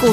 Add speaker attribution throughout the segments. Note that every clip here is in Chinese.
Speaker 1: 股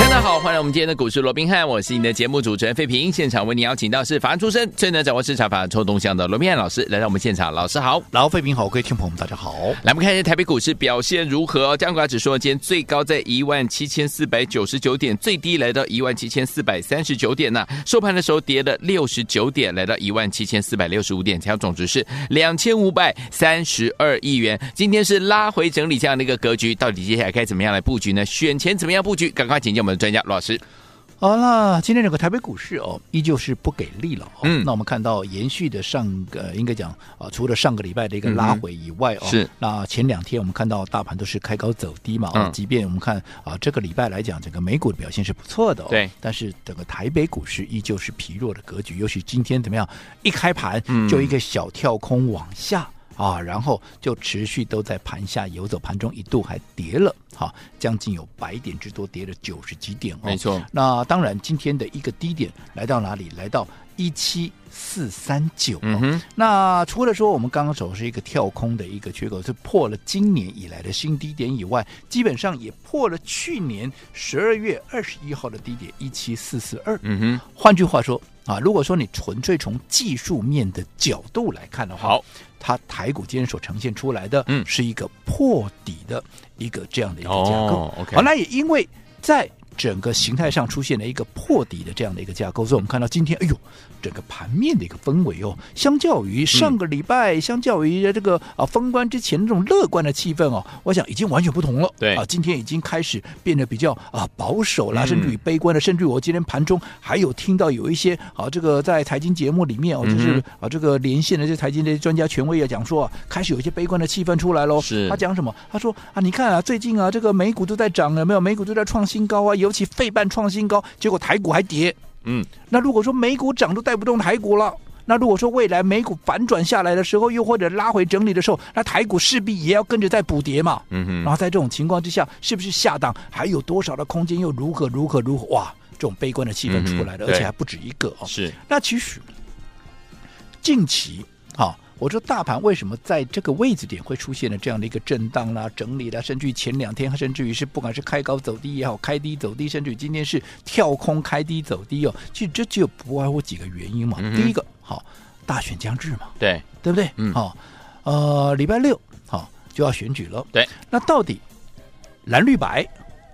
Speaker 2: 大家好，欢迎我们今天的股市罗宾汉，我是你的节目主持人费平。现场为你邀请到是法案出身、最能掌握市场法臭动向的罗宾汉老师来到我们现场，老师好。
Speaker 3: 老费平好，各位听朋友们，大家好。
Speaker 2: 来，我们看一下台北股市表现如何、哦。加权指数呢今天最高在一万七千四百九十九点，最低来到一万七千四百三十九点呢、收盘的时候跌了六十九点，来到一万七千四百六十五点，成交总值是两千五百三十二亿元。今天是拉回整理这样的一个格局，到底接下来该怎么样来布局呢？选前怎么样布局？赶快请教我们的专家罗老师。
Speaker 3: 好啦，今天整个台北股市哦，依旧是不给力了、哦。
Speaker 2: 嗯
Speaker 3: 那我们看到延续的上个，呃应该讲啊、除了上个礼拜的一个拉回以外哦，
Speaker 2: 嗯是
Speaker 3: 那前两天我们看到大盘都是开高走低嘛、哦，
Speaker 2: 嗯
Speaker 3: 即便我们看啊、这个礼拜来讲，整个美股的表现是不错的、哦，
Speaker 2: 对
Speaker 3: 但是整个台北股市依旧是疲弱的格局，尤其今天怎么样，一开盘
Speaker 2: 嗯
Speaker 3: 就一个小跳空往下。啊，然后就持续都在盘下游走，盘中一度还跌了，好、将近有百点之多，跌了九十几点哦。
Speaker 2: 没错
Speaker 3: 那当然，今天的一个低点来到哪里？来到一七四三九。
Speaker 2: 嗯哼，
Speaker 3: 那除了说我们刚刚走是一个跳空的一个缺口，是破了今年以来的新低点以外，基本上也破了去年十二月二十一号的低点一七四四二。
Speaker 2: 嗯哼，
Speaker 3: 换句话说啊，如果说你纯粹从技术面的角度来看的话，
Speaker 2: 好，
Speaker 3: 它台股今天所呈现出来的，
Speaker 2: 嗯
Speaker 3: 是一个破底的一个这样的一个架构。
Speaker 2: 哦，OK
Speaker 3: 好，那也因为在整个形态上出现了一个破底的这样的一个架构，所以我们看到今天，哎呦，整个盘面的一个氛围哦，相较于上个礼拜，
Speaker 2: 嗯
Speaker 3: 相较于这个啊封关之前那种乐观的气氛哦，我想已经完全不同了。
Speaker 2: 对
Speaker 3: 啊，今天已经开始变得比较啊保守啦，
Speaker 2: 嗯
Speaker 3: 甚至于悲观的，甚至于我今天盘中还有听到有一些啊，这个在财经节目里面哦，就是、
Speaker 2: 嗯
Speaker 3: 啊这个连线的这财经的专家权威也讲说、啊，开始有一些悲观的气氛出来喽。
Speaker 2: 是
Speaker 3: 他讲什么？他说啊，你看啊，最近啊这个美股都在涨了，没有美股都在创新高啊，尤其费半创新高，结果台股还跌。
Speaker 2: 嗯，
Speaker 3: 那如果说美股涨都带不动台股了。那如果说未来美股反转下来的时候，又或者拉回整理的时候，那台股势必也要跟着在补跌嘛。
Speaker 2: 嗯哼
Speaker 3: 然后在这种情况之下，是不是下档还有多少的空间？又如何如何如何？哇，这种悲观的气氛出来
Speaker 2: 嗯哼
Speaker 3: 了，而
Speaker 2: 对
Speaker 3: 且还不止一个哦。
Speaker 2: 是，
Speaker 3: 那其实近期啊，我说大盘为什么在这个位置点会出现了这样的一个震荡啦、整理啦，甚至于前两天，甚至于是不管是开高走低也好，开低走低，甚至于今天是跳空开低走低哦，其实这就不外乎几个原因嘛。
Speaker 2: 嗯哼
Speaker 3: 第一个，好，大选将至嘛，
Speaker 2: 对，
Speaker 3: 对不对？
Speaker 2: 嗯
Speaker 3: 好、呃，礼拜六好、就要选举了。
Speaker 2: 对，
Speaker 3: 那到底蓝绿白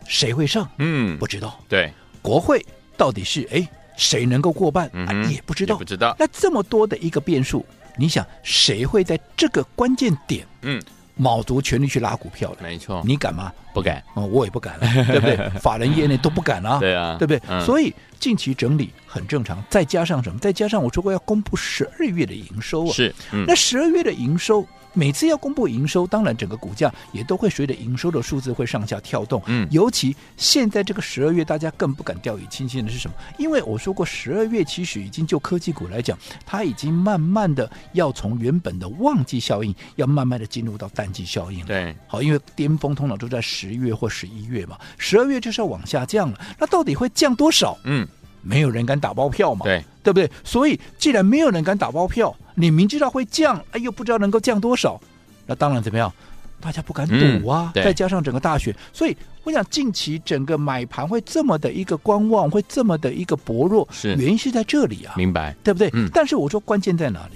Speaker 3: 谁会上？
Speaker 2: 嗯
Speaker 3: 不，知道。
Speaker 2: 对，
Speaker 3: 国会到底是哎谁能够过半、
Speaker 2: 嗯
Speaker 3: 啊？
Speaker 2: 哼
Speaker 3: 也不知道
Speaker 2: 也不。知道，
Speaker 3: 那这么多的一个变数，你想谁会在这个关键点
Speaker 2: 嗯，
Speaker 3: 卯足全力去拉股票呢？
Speaker 2: 没错，
Speaker 3: 你敢吗？
Speaker 2: 不敢，
Speaker 3: 哦，我也不敢了， 对不对？法人业内都不敢了，
Speaker 2: 对啊
Speaker 3: 对不对？
Speaker 2: 嗯
Speaker 3: 所以近期整理很正常，再加上什么？再加上我说过要公布十二月的营收啊，
Speaker 2: 是，嗯
Speaker 3: 那，十二月的营收，每次要公布营收，当然整个股价也都会随着营收的数字会上下跳动。
Speaker 2: 嗯
Speaker 3: 尤其现在这个十二月，大家更不敢掉以轻心的是什么？因为我说过，十二月其实已经就科技股来讲，它已经慢慢的要从原本的旺季效应，要慢慢的进入到淡季效应了。
Speaker 2: 对，
Speaker 3: 好，因为巅峰通常都在十月或十一月嘛，十二月就是要往下降了。那到底会降多少？
Speaker 2: 嗯，
Speaker 3: 没有人敢打包票嘛，
Speaker 2: 对，
Speaker 3: 对不对？所以既然没有人敢打包票，你明知道会降，哎，又不知道能够降多少，那当然怎么样？大家不敢赌啊
Speaker 2: 嗯，对
Speaker 3: 再加上整个大选，所以我想近期整个买盘会这么的一个观望，会这么的一个薄弱，
Speaker 2: 是
Speaker 3: 原因是在这里啊，
Speaker 2: 明白，
Speaker 3: 对不对？
Speaker 2: 嗯
Speaker 3: 但是我说关键在哪里？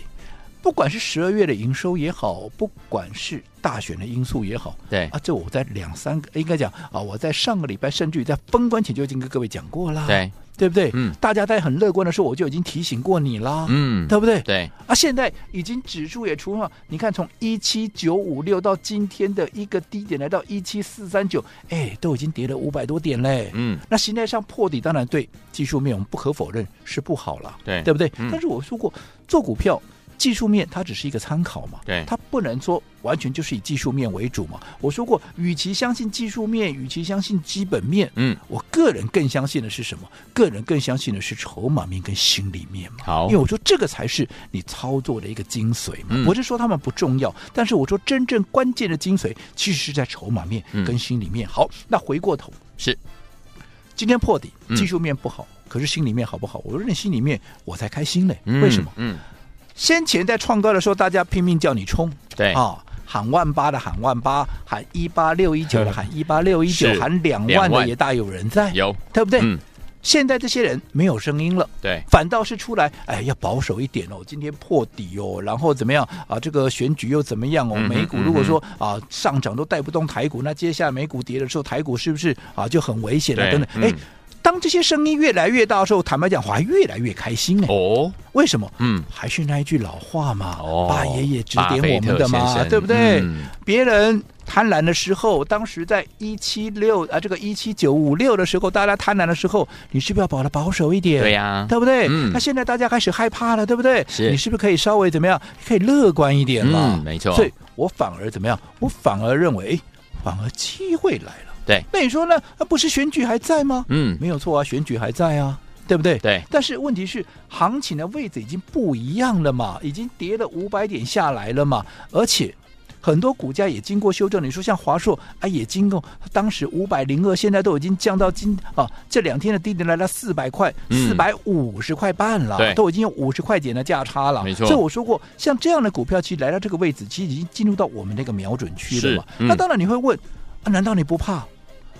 Speaker 3: 不管是十二月的营收也好，不管是大选的因素也好，
Speaker 2: 对，
Speaker 3: 啊，这我在两三个应该讲啊，我在上个礼拜甚至于在封关前就已经跟各位讲过啦，
Speaker 2: 对，
Speaker 3: 对不对？
Speaker 2: 嗯
Speaker 3: 大家在很乐观的时候，我就已经提醒过你啦，
Speaker 2: 嗯，
Speaker 3: 对不对？
Speaker 2: 对，
Speaker 3: 啊，现在已经指数也出了，你看从一七九五六到今天的一个低点来到一七四三九，哎，都已经跌了五百多点嘞。
Speaker 2: 嗯，
Speaker 3: 那形态上破底，当然对技术面我们不可否认是不好了，
Speaker 2: 对
Speaker 3: 对不对？
Speaker 2: 嗯
Speaker 3: 但是我说过，做股票技术面它只是一个参考嘛，
Speaker 2: 对
Speaker 3: 它不能说完全就是以技术面为主嘛。我说过，与其相信技术面，与其相信基本面，
Speaker 2: 嗯，
Speaker 3: 我个人更相信的是什么？个人更相信的是筹码面跟心里面嘛。
Speaker 2: 好
Speaker 3: 因为我说这个才是你操作的一个精髓嘛。
Speaker 2: 嗯
Speaker 3: 不是说他们不重要，但是我说真正关键的精髓其实是在筹码面
Speaker 2: 嗯
Speaker 3: 跟心里面。好，那回过头
Speaker 2: 是
Speaker 3: 今天破底，
Speaker 2: 嗯
Speaker 3: 技术面不好，可是心里面好不好？我说你心里面我才开心嘞，
Speaker 2: 嗯
Speaker 3: 为什么？
Speaker 2: 嗯，
Speaker 3: 先前在创高的时候，大家拼命叫你冲，
Speaker 2: 对
Speaker 3: 啊。喊万八的喊万八，喊一八六一九的喊一八六一九
Speaker 2: 是，
Speaker 3: 喊两
Speaker 2: 两
Speaker 3: 万
Speaker 2: 万
Speaker 3: 的也大有人在，
Speaker 2: 有
Speaker 3: 哎对不对？
Speaker 2: 嗯
Speaker 3: 现在这些人没有声音了，
Speaker 2: 对
Speaker 3: 反倒是出来，哎，要保守一点哦。今天破底哦，然后怎么样啊？这个选举又怎么样哦？
Speaker 2: 嗯哼
Speaker 3: 美股如果说啊上涨都带不动台股，那接下来美股跌的时候，台股是不是啊就很危险了？
Speaker 2: 对
Speaker 3: 等
Speaker 2: 嗯
Speaker 3: 等，哎、当这些声音越来越大的时候，坦白讲，我还越来越开心哎。
Speaker 2: 哦，
Speaker 3: 为什么？
Speaker 2: 嗯，
Speaker 3: 还是那一句老话嘛，
Speaker 2: 哦
Speaker 3: 爸爷爷指
Speaker 2: 巴菲
Speaker 3: 点我
Speaker 2: 特
Speaker 3: 们的
Speaker 2: 先
Speaker 3: 嘛，
Speaker 2: 生
Speaker 3: 对不对？
Speaker 2: 嗯
Speaker 3: 别人贪婪的时候，当时在一七六啊，这个一七九五六的时候，大家贪婪的时候，你是不是要保的保守一点？
Speaker 2: 对呀
Speaker 3: 对不对？
Speaker 2: 嗯
Speaker 3: 那现在大家开始害怕了，对不对？
Speaker 2: 是
Speaker 3: 你是不是可以稍微怎么样？可以乐观一点了？
Speaker 2: 嗯没错
Speaker 3: 所以我反而怎么样？我反而认为，哎反而机会来了。
Speaker 2: 对，
Speaker 3: 那你说呢？啊不是选举还在吗？
Speaker 2: 嗯，
Speaker 3: 没有错啊，选举还在啊，对不对？
Speaker 2: 对
Speaker 3: 但是问题是，行情的位置已经不一样了嘛，已经跌了五百点下来了嘛，而且。很多股价也经过修正，你说像华硕啊，也经过当时五百零二，现在都已经降到今啊这两天的低点来到四百块，
Speaker 2: 嗯
Speaker 3: 四百五十块半了，
Speaker 2: 对
Speaker 3: 都已经有五十块钱的价差了。
Speaker 2: 没错
Speaker 3: 所以我说过，像这样的股票，其实来到这个位置，其实已经进入到我们那个瞄准区了嘛。
Speaker 2: 是嗯
Speaker 3: 那当然你会问、啊，难道你不怕？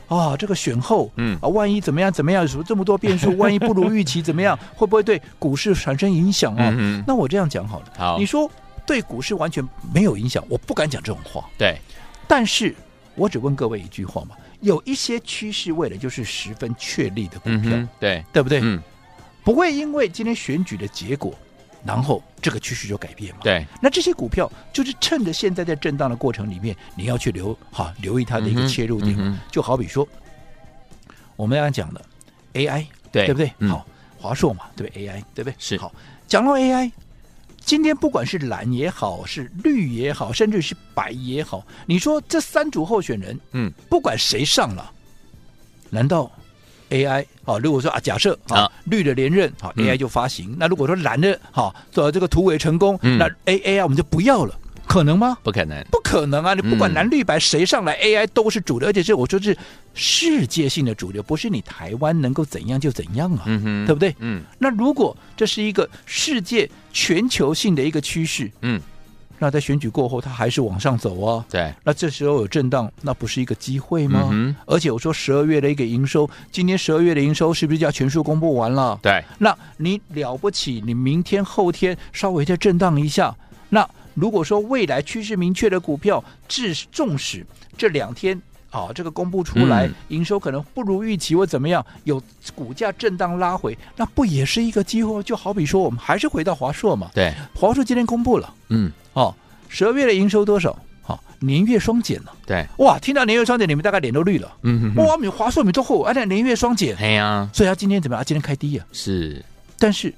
Speaker 3: 啊，这个选后，
Speaker 2: 嗯
Speaker 3: 啊，万一怎么样怎么样，什么这么多 变数，万一不如预期怎么样，会不会对股市产生影响啊？
Speaker 2: 嗯哼
Speaker 3: 那我这样讲好了，
Speaker 2: 好
Speaker 3: 你说对股市完全没有影响，我不敢讲这种话，
Speaker 2: 对，
Speaker 3: 但是我只问各位一句话嘛，有一些趋势未来就是十分确立的股
Speaker 2: 嗯
Speaker 3: 票，
Speaker 2: 哼，对
Speaker 3: 对不对？
Speaker 2: 嗯
Speaker 3: 不会因为今天选举的结果，然后这个趋势就改变嘛？
Speaker 2: 对，
Speaker 3: 那这些股票就是趁着现在在震荡的过程里面，你要去留哈留意它的一
Speaker 2: 嗯
Speaker 3: 个
Speaker 2: 哼
Speaker 3: 切入点嘛。
Speaker 2: 嗯哼
Speaker 3: 就好比说，我们刚刚讲的 AI，
Speaker 2: 对
Speaker 3: 对不对？
Speaker 2: 嗯
Speaker 3: 好，华硕嘛，对不对？AI 对不对？
Speaker 2: 是
Speaker 3: 好，讲到 AI。今天不管是蓝也好，是绿也好，甚至是白也好，你说这三组候选人，
Speaker 2: 嗯，
Speaker 3: 不管谁上了，难道 AI 啊？如果说啊，假设啊
Speaker 2: 啊，
Speaker 3: 绿的连任，好、
Speaker 2: 嗯
Speaker 3: AI 就发行；那如果说蓝的，好、做这个突围成功，
Speaker 2: 嗯
Speaker 3: 那 A AI 我们就不要了，可能吗？
Speaker 2: 不可能，
Speaker 3: 不可能啊！你不管
Speaker 2: 嗯
Speaker 3: 蓝绿白谁上来，AI 都是主流，而且是我说是世界性的主流，不是你台湾能够怎样就怎样啊，
Speaker 2: 嗯哼，
Speaker 3: 对不对？
Speaker 2: 嗯
Speaker 3: 那如果这是一个世界全球性的一个趋势，
Speaker 2: 嗯，
Speaker 3: 那在选举过后它还是往上走啊，
Speaker 2: 对，
Speaker 3: 那这时候有震荡，那不是一个机会吗？
Speaker 2: 嗯哼
Speaker 3: 而且我说十二月的一个营收，今年十二月的营收是不是要全数公布完了？
Speaker 2: 对，
Speaker 3: 那你了不起，你明天后天稍微再震荡一下。那如果说未来趋势明确的股票，至纵使这两天啊这个公布出来，
Speaker 2: 嗯
Speaker 3: 营收可能不如预期或怎么样，有股价震荡拉回，那不也是一个机会？就好比说，我们还是回到华硕嘛，
Speaker 2: 对，
Speaker 3: 华硕今天公布了
Speaker 2: 嗯，
Speaker 3: 哦，十二月的营收多少？好、年月双减了，
Speaker 2: 对，
Speaker 3: 哇！听到年月双减，你们大概脸都绿了。
Speaker 2: 嗯哼哼，
Speaker 3: 哇，你华硕你都后，而且年月双减，
Speaker 2: 嘿呀，
Speaker 3: 所以它今天怎么样？它今天开低啊。
Speaker 2: 是，
Speaker 3: 但是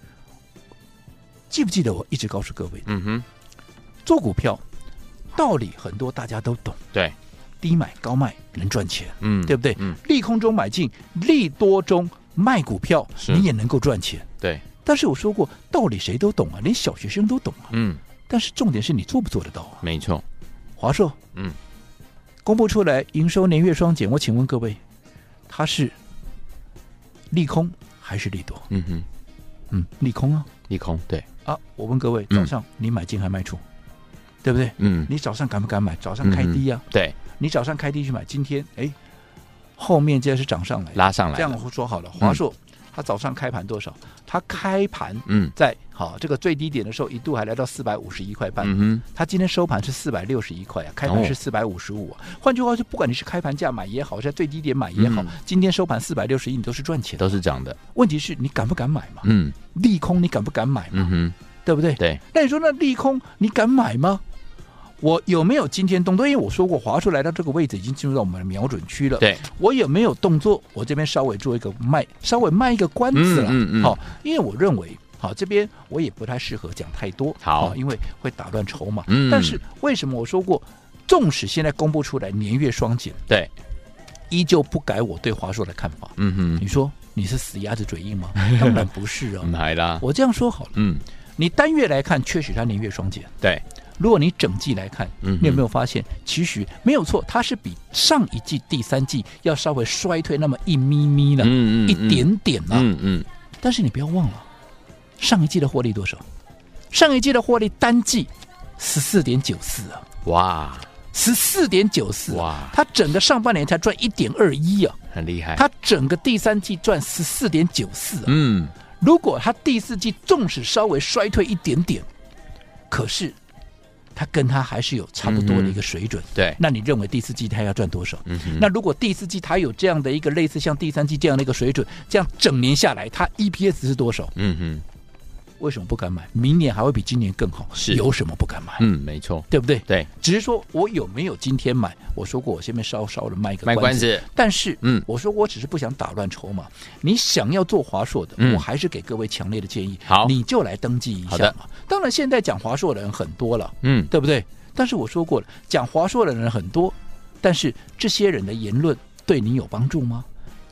Speaker 3: 记不记得我一直告诉各位，
Speaker 2: 嗯哼，
Speaker 3: 做股票道理很多，大家都懂，
Speaker 2: 对，
Speaker 3: 低买高卖能赚钱，
Speaker 2: 嗯，
Speaker 3: 对不对？
Speaker 2: 嗯，
Speaker 3: 利空中买进，利多中卖股票，
Speaker 2: 是
Speaker 3: 你也能够赚钱。
Speaker 2: 对，
Speaker 3: 但是我说过，道理谁都懂啊，连小学生都懂啊。
Speaker 2: 嗯，
Speaker 3: 但是重点是你做不做得到啊？
Speaker 2: 没错，
Speaker 3: 华硕，
Speaker 2: 嗯，
Speaker 3: 公布出来营收年月双减，我请问各位，它是利空还是利多？
Speaker 2: 嗯哼，
Speaker 3: 嗯，利空啊
Speaker 2: 利空，对，
Speaker 3: 啊！我问各位，
Speaker 2: 嗯
Speaker 3: 早上你买进还卖出，对不对？
Speaker 2: 嗯，
Speaker 3: 你早上敢不敢买？早上开低啊呀、
Speaker 2: 对，
Speaker 3: 你早上开低去买，今天哎，后面接着是涨上来，
Speaker 2: 拉上来
Speaker 3: 这
Speaker 2: 了，
Speaker 3: 样说好了。华硕、它早上开盘多少？它开盘
Speaker 2: 嗯
Speaker 3: 在好这个最低点的时候，一度还来到四百五十一块半。
Speaker 2: 嗯
Speaker 3: 它今天收盘是四百六十一
Speaker 2: 哦
Speaker 3: 块啊，开盘是四百五十五啊。换句话说，不管你是开盘价买也好，在最低点买也好，
Speaker 2: 嗯
Speaker 3: 今天收盘四百六十一，你都是赚
Speaker 2: 哼，
Speaker 3: 钱的。
Speaker 2: 都是涨的，
Speaker 3: 问题是你敢不敢买嘛？
Speaker 2: 嗯
Speaker 3: 利空你敢不敢买嘛？
Speaker 2: 嗯哼，
Speaker 3: 对不对？
Speaker 2: 对，
Speaker 3: 那你说那利空你敢买吗？我有没有今天动作？因为我说过，华硕来到这个位置已经进入到我们的瞄准区了。
Speaker 2: 对，
Speaker 3: 我有没有动作？我这边稍微做一个卖，稍微卖一个关子了。啊
Speaker 2: 嗯嗯嗯
Speaker 3: 好、因为我认为，好，这边我也不太适合讲太多，
Speaker 2: 好
Speaker 3: 因为会打乱筹码。
Speaker 2: 嗯
Speaker 3: 但是为什么我说过，纵使现在公布出来年月双减，
Speaker 2: 对，
Speaker 3: 依旧不改我对华硕的看法。
Speaker 2: 嗯
Speaker 3: 你说你是死鸭子 嘴硬吗？当然不是啊
Speaker 2: 哼，。嗯来啦，
Speaker 3: 我这样说好了，
Speaker 2: 嗯，
Speaker 3: 你单月来看，确实它年月双减。
Speaker 2: 对，
Speaker 3: 如果你整季来看，
Speaker 2: 嗯哼
Speaker 3: 你有没有发现，其实没有错，它是比上一季第三季要稍微衰退那么一咪咪了，
Speaker 2: 嗯嗯嗯
Speaker 3: 一点点啊。
Speaker 2: 嗯嗯，
Speaker 3: 但是你不要忘了，上一季的获利多少？上一季的获利单季十四点九四啊，
Speaker 2: 哇，
Speaker 3: 十四点九四
Speaker 2: 哇
Speaker 3: 它整个上半年才赚一点二一啊，
Speaker 2: 很厉害，
Speaker 3: 它整个第三季赚十四点九四啊。
Speaker 2: 嗯，
Speaker 3: 如果它第四季纵使稍微衰退一点点，可是它跟它还是有差不多的一个水准。
Speaker 2: 对，
Speaker 3: 那你认为第四季它要赚多少？
Speaker 2: 嗯哼，
Speaker 3: 那如果第四季它有这样的一个类似像第三季这样的一个水准，这样整年下来，E 它 EPS 是多少？
Speaker 2: 嗯哼，
Speaker 3: 为什么不敢买？明年还会比今年更好，
Speaker 2: 是
Speaker 3: 有什么不敢买？
Speaker 2: 嗯，没错，
Speaker 3: 对不对？
Speaker 2: 对，
Speaker 3: 只是说我有没有今天买？我说过，我前面稍稍的卖一个
Speaker 2: 卖关
Speaker 3: 关子，
Speaker 2: 子，
Speaker 3: 但是，
Speaker 2: 嗯
Speaker 3: 我说我只是不想打乱筹码。你想要做华硕的，
Speaker 2: 嗯
Speaker 3: 我还是给各位强烈的建议，
Speaker 2: 好
Speaker 3: 你就来登记一
Speaker 2: 好
Speaker 3: 下
Speaker 2: 的
Speaker 3: 嘛。当然，现在讲华硕的人很多了，
Speaker 2: 嗯，
Speaker 3: 对不对？但是我说过了，讲华硕的人很多，但是这些人的言论对你有帮助吗？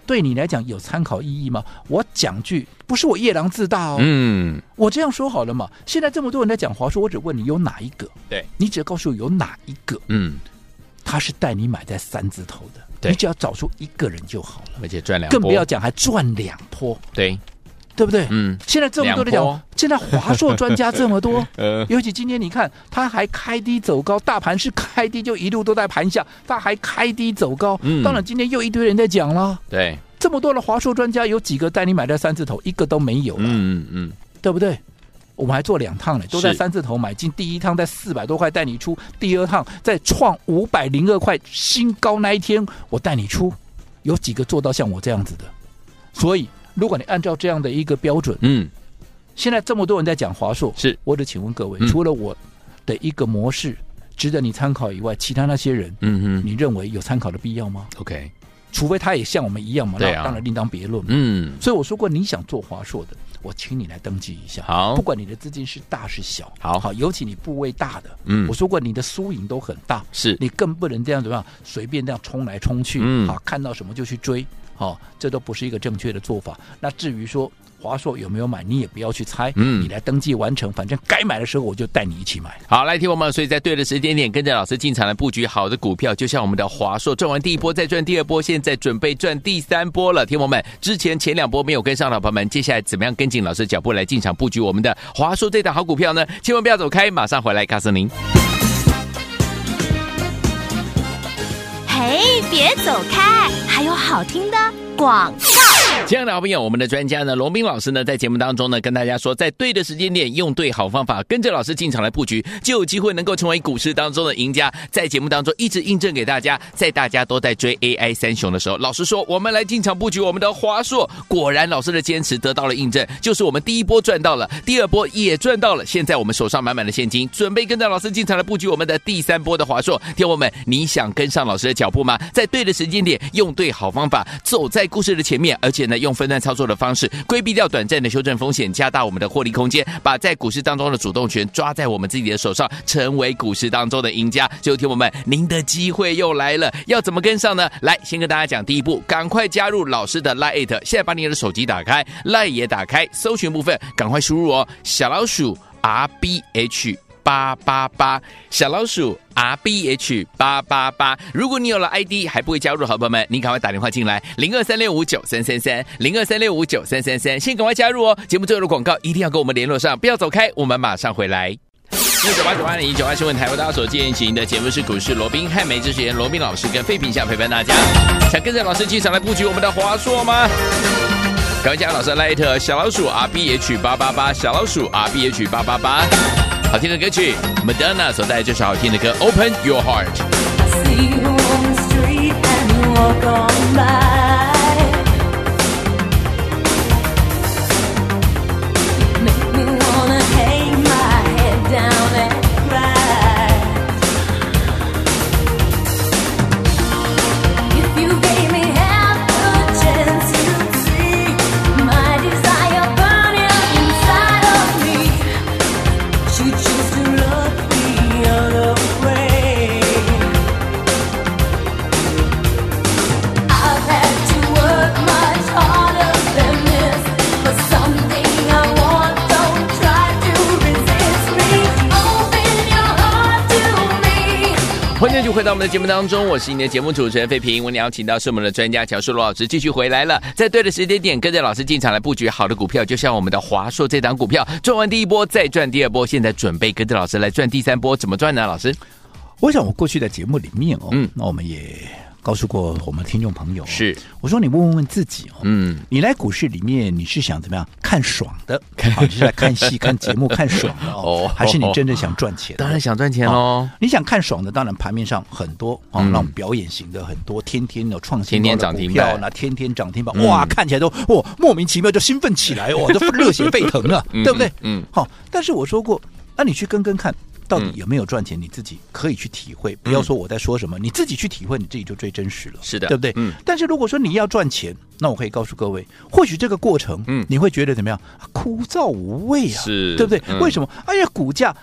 Speaker 3: 对你来讲有参考意义吗？我讲句，不是我夜郎自大哦，
Speaker 2: 嗯，
Speaker 3: 我这样说好了嘛。现在这么多人在讲华硕，我只问你有哪一个？
Speaker 2: 对，
Speaker 3: 你只要告诉我有哪一个，
Speaker 2: 嗯，
Speaker 3: 他是带你买在三字头的，
Speaker 2: 对
Speaker 3: 你只要找出一个人就好了，
Speaker 2: 而且赚两波，
Speaker 3: 更不要讲还赚两波，
Speaker 2: 对，
Speaker 3: 对不对？
Speaker 2: 嗯，
Speaker 3: 现在这么多人
Speaker 2: 两波
Speaker 3: 讲，现在华硕专家这么多，
Speaker 2: 呃，
Speaker 3: 尤其今天你看，它还开低走高，大盘是开低就一路都在盘下，它还开低走高。
Speaker 2: 嗯
Speaker 3: 当然今天又一堆人在讲了，
Speaker 2: 对，
Speaker 3: 这么多的华硕专家，有几个带你买在三字头，一个都没有了，
Speaker 2: 嗯嗯嗯，
Speaker 3: 对不对？我们还做两趟呢，都在
Speaker 2: 是
Speaker 3: 三字头买进，第一趟在四百多块带你出，第二趟再创五百零二块新高那一天我带你出，有几个做到像我这样子的？所以，如果你按照这样的一个标准，
Speaker 2: 嗯，
Speaker 3: 现在这么多人在讲华硕，
Speaker 2: 是
Speaker 3: 我只请问各位，
Speaker 2: 嗯
Speaker 3: 除了我的一个模式值得你参考以外，其他那些人，
Speaker 2: 嗯
Speaker 3: 你认为有参考的必要吗？
Speaker 2: 哼，OK，
Speaker 3: 除非他也像我们一样嘛，那
Speaker 2: 对啊
Speaker 3: 当然另当别论嘛。
Speaker 2: 嗯，
Speaker 3: 所以我说过，你想做华硕的，我请你来登记一下。
Speaker 2: 好
Speaker 3: 不管你的资金是大是小，
Speaker 2: 好
Speaker 3: 好，尤其你部位大的，
Speaker 2: 嗯
Speaker 3: 我说过你的输赢都很大，
Speaker 2: 是，
Speaker 3: 你更不能这样怎么样随便这样冲来冲去，
Speaker 2: 嗯
Speaker 3: 好看到什么就去追，好、这都不是一个正确的做法。那至于说华硕有没有买，你也不要去猜，
Speaker 2: 嗯
Speaker 3: 你来登记完成，反正该买的时候我就带你一起买。
Speaker 2: 好，来听我们，所以在对的时间点，跟着老师进场来布局好的股票，就像我们的华硕赚完第一波，再赚第二波，现在准备赚第三波了。听我们，之前前两波没有跟上的朋友们，接下来怎么样跟紧老师的脚步来进场布局我们的华硕这档好股票呢？千万不要走开，马上回来告诉您。
Speaker 1: 嘿，别走开，还有好听的广。
Speaker 2: 亲爱的好朋友，我们的专家呢，龙斌老师呢，在节目当中呢，跟大家说，在对的时间点，用对好方法，跟着老师进场来布局，就有机会能够成为股市当中的赢家。在节目当中一直印证给大家，在大家都在追 AI 三雄的时候，老师说我们来进场布局我们的华硕，果然老师的坚持得到了印证，就是我们第一波赚到了，第二波也赚到了，现在我们手上满满的现金，准备跟着老师进场来布局我们的第三波的华硕。听我们，你想跟上老师的脚步吗？在对的时间点，用对好方法，走在故事的前面，而且呢，用分段操作的方式，规避掉短暂的修正风险，加大我们的获利空间，把在股市当中的主动权抓在我们自己的手上，成为股市当中的赢家。最后，听我们，您的机会又来了，要怎么跟上呢？来，先跟大家讲第一步，赶快加入老师的 Lite，现在把你的手机打开，Lite 也打开，搜寻部分赶快输入哦，小老鼠 R B H。八八八，小老鼠 R B H 八八八。如果你有了 ID 还不会加入的好朋友们，您赶快打电话进来，零二三六五九三三三，零二三六五九三三三，先赶快加入哦。节目最后的广告一定要跟我们联络上，不要走开，我们马上回来。六九八九八零一九八新闻台，为大家所进行的节目是股市罗宾汉梅主持人罗宾老师跟费平想陪伴大家。想跟着老师进场来布局我们的华硕吗？赶快加入老师的 Light 小老鼠 R B H 八八八，小老鼠 R B H 八八八。好听的歌曲，Madonna 所带来这首好听的歌《Open Your Heart》。
Speaker 4: See you on the street and walk on by. Make me wanna hang my head down and cry. If you gave me half a chance, you'd see my desire burning inside
Speaker 2: 回到我们的节目当中，我是你的节目主持人费平。我们邀请到是我们的专家乔树罗老师继续回来了，在对的时间点跟着老师进场来布局好的股票，就像我们的华硕这档股票，赚完第一波再赚第二波，现在准备跟着老师来赚第三波，怎么赚呢？老师，
Speaker 3: 我想我过去的节目里面哦，
Speaker 2: 嗯
Speaker 3: 那我们也告诉过我们听众朋友、哦
Speaker 2: 是，
Speaker 3: 我说你问问自己哦，
Speaker 2: 嗯，
Speaker 3: 你来股市里面你是想怎么样看爽 的，好，你是来看戏、看节目、看爽的哦，
Speaker 2: 哦
Speaker 3: 还是你真的想赚钱？
Speaker 2: 当然想赚钱喽
Speaker 3: 哦，你想看爽的，当然盘面上很多啊，
Speaker 2: 嗯
Speaker 3: 那种表演型的很多，天天有创
Speaker 2: 天
Speaker 3: 新
Speaker 2: 天
Speaker 3: 高的
Speaker 2: 涨停
Speaker 3: 股票
Speaker 2: 板
Speaker 3: 那天天涨停板，
Speaker 2: 嗯
Speaker 3: 哇，看起来都哇莫名其妙就兴奋起来，哦哇，都热血沸腾了，
Speaker 2: 嗯
Speaker 3: 对不对？
Speaker 2: 嗯嗯
Speaker 3: 好，但是我说过，那你去跟跟看。到底
Speaker 2: 嗯
Speaker 3: 有没有赚钱？你自己可以去体会，不要说我在说什么，你自己去体会，你自己就最真实了，
Speaker 2: 是的
Speaker 3: 对不对？
Speaker 2: 嗯
Speaker 3: 但是如果说你要赚钱，那我可以告诉各位，或许这个过程，
Speaker 2: 嗯
Speaker 3: 你会觉得怎么样？啊枯燥无味啊，
Speaker 2: 是
Speaker 3: 对不对？
Speaker 2: 嗯
Speaker 3: 为什么？哎呀，股价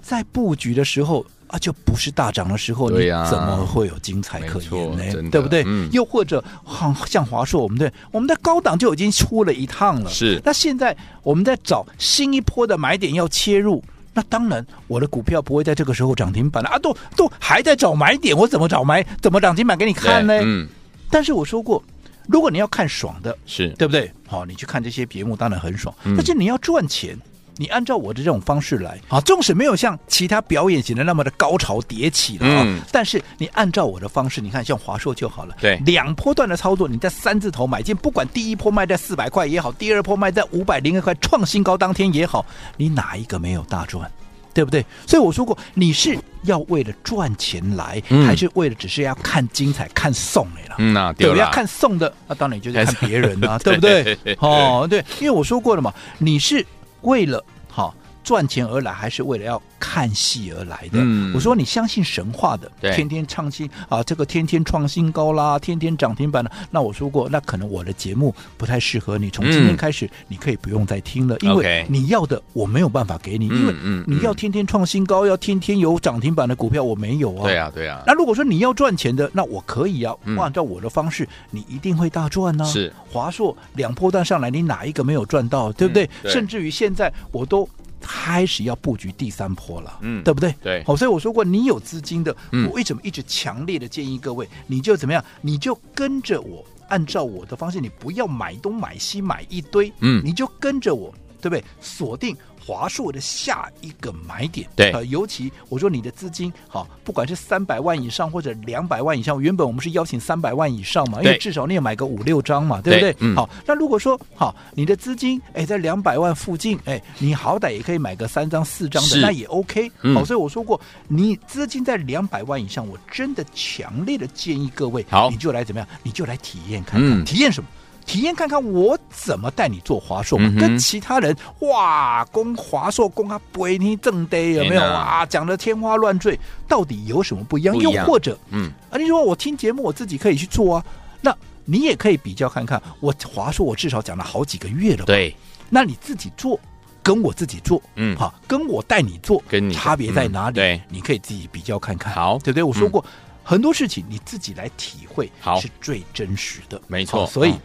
Speaker 3: 在布局的时候啊，就不是大涨的时候，
Speaker 2: 对呀
Speaker 3: 你怎么会有精彩可言
Speaker 2: 没错真的
Speaker 3: 呢？对不对？
Speaker 2: 嗯
Speaker 3: 又或者好像华硕，我们对我们在高档就已经出了一趟了，
Speaker 2: 是
Speaker 3: 那现在我们在找新一波的买点要切入。那当然，我的股票不会在这个时候涨停板了啊，都都还在找买点，我怎么找买，怎么涨停板给你看呢？
Speaker 2: 对嗯，
Speaker 3: 但是我说过，如果你要看爽的，
Speaker 2: 是，
Speaker 3: 对不对？好、你去看这些节目当然很爽，
Speaker 2: 嗯
Speaker 3: 但是你要赚钱。你按照我的这种方式来啊，纵使没有像其他表演型的那么的高潮迭起了啊，
Speaker 2: 嗯
Speaker 3: 但是你按照我的方式，你看像华硕就好了，
Speaker 2: 对
Speaker 3: 两波段的操作，你在三字头买进，不管第一波卖在四百块也好，第二波卖在五百零二块创新高当天也好，你哪一个没有大赚？对不对？所以我说过，你是要为了赚钱来，
Speaker 2: 嗯
Speaker 3: 还是为了只是要看精彩、看送你了？
Speaker 2: 嗯那
Speaker 3: 对
Speaker 2: 丢
Speaker 3: 不对，
Speaker 2: 了
Speaker 3: 要，看送的，那、当然你就 是看别人啊，
Speaker 2: 对
Speaker 3: 对不对？哦，对，因为我说过了嘛，你是为了好、赚钱而来，还是为了要看戏而来的？
Speaker 2: 嗯
Speaker 3: 我说你相信神话的
Speaker 2: 对，
Speaker 3: 天天创新啊，这个天天创新高啦，天天涨停板啦。那我说过，那可能我的节目不太适合你，从今
Speaker 2: 嗯
Speaker 3: 天开始你可以不用再听了，因
Speaker 2: OK
Speaker 3: 为你要的我没有办法给你，因为
Speaker 2: 嗯嗯
Speaker 3: 你要
Speaker 2: 嗯
Speaker 3: 天天创新高，要天天有涨停板的股票，我没有啊。
Speaker 2: 对啊，对啊，
Speaker 3: 那如果说你要赚钱的，那我可以啊，
Speaker 2: 嗯
Speaker 3: 我按照我的方式，你一定会大赚呢、啊
Speaker 2: 是
Speaker 3: 华硕两波段上来，你哪一个没有赚到，对不对？
Speaker 2: 嗯对
Speaker 3: 甚至于现在我都开始要布局第三波了，
Speaker 2: 嗯
Speaker 3: 对不对？
Speaker 2: 对
Speaker 3: 好、所以我说过，你有资金的，
Speaker 2: 嗯
Speaker 3: 我为什么一直强烈的建议各位，你就怎么样，你就跟着我，按照我的方式，你不要买东买西买一堆，
Speaker 2: 嗯
Speaker 3: 你就跟着我，对不对？锁定华硕的下一个买点，
Speaker 2: 对
Speaker 3: 呃尤其我说你的资金好，不管是三百万以上或者两百万以上，原本我们是邀请三百万以上嘛，因为
Speaker 2: 对
Speaker 3: 至少你也买个五六张嘛，对不对？
Speaker 2: 对嗯
Speaker 3: 好，那如果说好，你的资金哎在两百万附近，哎，你好歹也可以买个三张四张的，
Speaker 2: 是
Speaker 3: 那也 OK。
Speaker 2: 嗯
Speaker 3: 好，所以我说过，你资金在两百万以上，我真的强烈的建议各位，
Speaker 2: 好
Speaker 3: 你就来怎么样，你就来体验看看，
Speaker 2: 嗯
Speaker 3: 体验什么？体验看看我怎么带你做华硕嘛，
Speaker 2: 嗯哼
Speaker 3: 跟其他人哇，攻华硕攻啊，不一定正得有没有
Speaker 2: 天哪
Speaker 3: 啊？讲的天花乱坠，到底有什么不一样？
Speaker 2: 不一
Speaker 3: 又
Speaker 2: 样
Speaker 3: 或者，
Speaker 2: 嗯，
Speaker 3: 啊，你说我听节目我自己可以去做啊，那你也可以比较看看，我华硕我至少讲了好几个月了吧，
Speaker 2: 对，
Speaker 3: 那你自己做。跟我自己做，
Speaker 2: 嗯
Speaker 3: 好，跟我带你做，
Speaker 2: 跟你
Speaker 3: 差别在
Speaker 2: 嗯
Speaker 3: 哪里？
Speaker 2: 对
Speaker 3: 你可以自己比较看看，
Speaker 2: 好
Speaker 3: 对不对？我说
Speaker 2: 嗯
Speaker 3: 过、很多事情，你自己来体会，
Speaker 2: 好
Speaker 3: 是最真实的，
Speaker 2: 没错
Speaker 3: 好所以、
Speaker 2: 嗯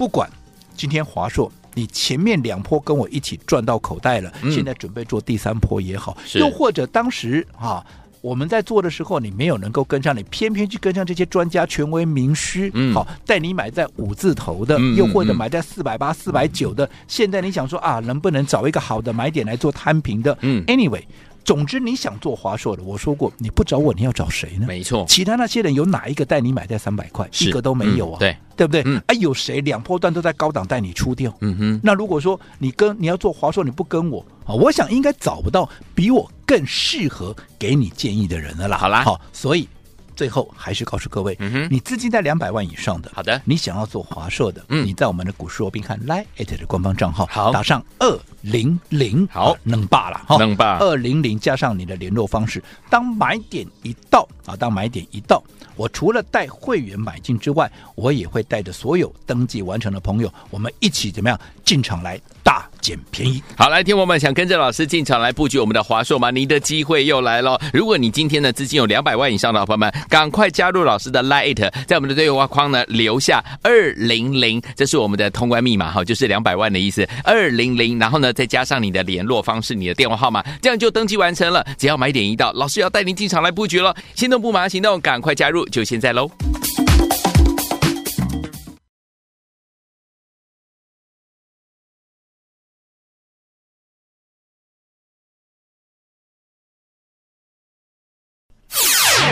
Speaker 3: 不管今天华硕，你前面两波跟我一起赚到口袋了，
Speaker 2: 嗯
Speaker 3: 现在准备做第三波也好，
Speaker 2: 是
Speaker 3: 又或者当时啊。我们在做的时候，你没有能够跟上，你偏偏去跟上这些专家、权威、名师，
Speaker 2: 嗯
Speaker 3: 好带你买在五字头的，
Speaker 2: 嗯
Speaker 3: 又或者
Speaker 2: 嗯嗯
Speaker 3: 买在四百八、四百九的。现在你想说啊，能不能找一个好的买点来做摊平的？
Speaker 2: 嗯
Speaker 3: ，anyway，总之你想做华硕的，我说过，你不找我，你要找谁呢？
Speaker 2: 没错，
Speaker 3: 其他那些人有哪一个带你买在三百块？
Speaker 2: 是
Speaker 3: 一个都没有啊，
Speaker 2: 嗯对
Speaker 3: 对不对？
Speaker 2: 嗯
Speaker 3: 啊，有谁两波段都在高档带你出掉？
Speaker 2: 嗯哼，
Speaker 3: 那如果说你跟你要做华硕，你不跟我啊，我想应该找不到比我更适合给你建议的人了啦。
Speaker 2: 好啦
Speaker 3: 好，所以最后还是告诉各位，
Speaker 2: 嗯哼
Speaker 3: 你资金在两百万以上的，
Speaker 2: 好的
Speaker 3: 你想要做华硕的，
Speaker 2: 嗯
Speaker 3: 你在我们的股市罗宾汉 Line 的官方账号，
Speaker 2: 好
Speaker 3: 打上二零零，
Speaker 2: 好
Speaker 3: 啊能霸了哈，
Speaker 2: 能霸
Speaker 3: 二零零加上你的联络方式，当买点一到啊，当买点一到，我除了带会员买进之外，我也会带着所有登记完成的朋友，我们一起怎么样进场来大捡便宜。
Speaker 2: 好，来，天王们想跟着老师进场来布局我们的华硕吗？您的机会又来了。如果你今天呢资金有两百万以上的好朋友们，赶快加入老师的 Lite，在我们的对话框呢留下二零零，这是我们的通关密码哈，就是两百万的意思。二零零，然后呢再加上你的联络方式、你的电话号码，这样就登记完成了。只要买点一到，老师要带您进场来布局了。心动不马上行动，赶快加入，就现在喽！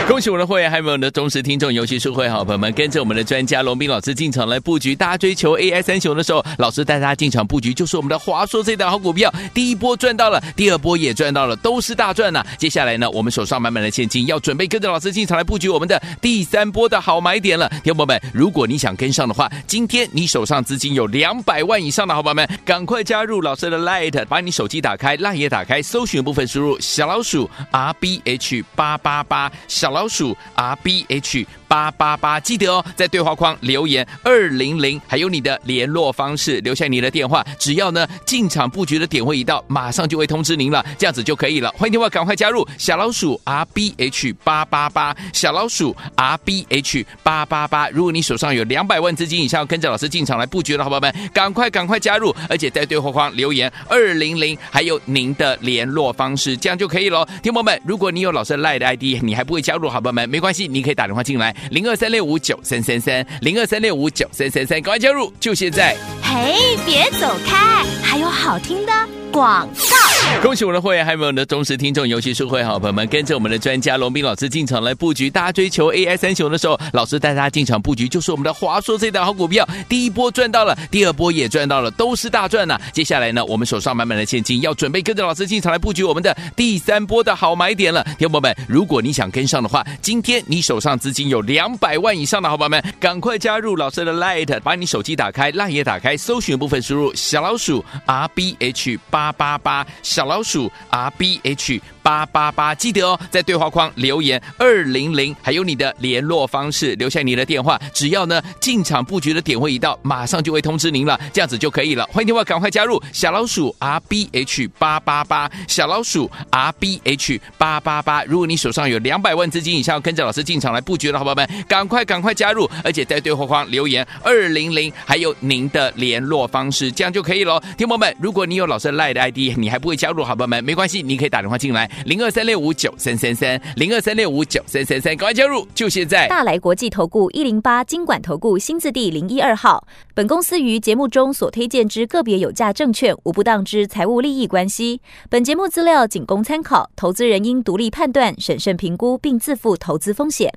Speaker 2: 恭喜我们的会员，还有我们的忠实听众，尤其是会员好朋友们，跟着我们的专家龙斌老师进场来布局。大家追求 AI 三雄的时候，老师带大家进场布局，就是我们的华硕这档好股票。第一波赚到了，第二波也赚到了，都是大赚呐、接下来呢，我们手上满满的现金，要准备跟着老师进场来布局我们的第三波的好买点了。听众朋友们，如果你想跟上的话，今天你手上资金有两百万以上的好朋友们，赶快加入老师的 Light，把你手机打开，Light 也打开，搜寻部分输入小老鼠 R B H 八八八，小老鼠 R B H 八八八，记得哦，在对话框留言二零零，还有你的联络方式，留下你的电话，只要呢进场布局的点位一到，马上就会通知您了，这样子就可以了。欢迎电话赶快加入小老鼠 R B H 八八八，小老鼠 R B H 八八八。如果你手上有两百万资金以上，跟着老师进场来布局的好朋友们，赶快赶快加入，而且在对话框留言二零零，还有您的联络方式，这样就可以喽。听众朋友们，如果你有老师赖的 ID，你还不会加入，好朋友们没关系，你可以打电话进来零二三六五九三三三零二三六五九三三三，赶快加入，就现在。
Speaker 1: 嘿，别走开，还有好听的广告。
Speaker 2: 恭喜我们的会员，还有我们的忠实听众，尤其是会员好朋友们，跟着我们的专家龙斌老师进场来布局。大家追求 AI 三雄的时候，老师带大家进场布局，就是我们的华硕这档好股票，第一波赚到了，第二波也赚到了，都是大赚呐、接下来呢，我们手上满满的现金，要准备跟着老师进场来布局我们的第三波的好买点了。听众朋友们，如果你想跟上的话，今天你手上资金有两百万以上的好朋友们，赶快加入老师的 Light，把你手机打开，Light 也打开，搜寻部分输入小老鼠 R B H 八八八，小老鼠 R B H 八八八，记得哦，在对话框留言二零零，还有你的联络方式，留下你的电话，只要呢进场布局的点位一到，马上就会通知您了，这样子就可以了。欢迎电话赶快加入小老鼠 R B H 八八八，小老鼠 R B H 八八八。如果你手上有两百万资金以上，跟着老师进场来布局的好朋友们，赶快赶快加入，而且在对话框留言二零零，还有您的联络方式，这样就可以喽。听众朋友们，如果你有老师赖的 ID，你还不会加入，好朋友们没关系，你可以打电话进来零二三六五九三三三零二三六五九三三三，赶快加入，就现在。
Speaker 5: 大来国际投顾一零八金管投顾新字第零一二号。本公司于节目中所推荐之个别有价证券，无不当之财务利益关系。本节目资料仅供参考，投资人应独立判断、审慎评估，并自负投资风险。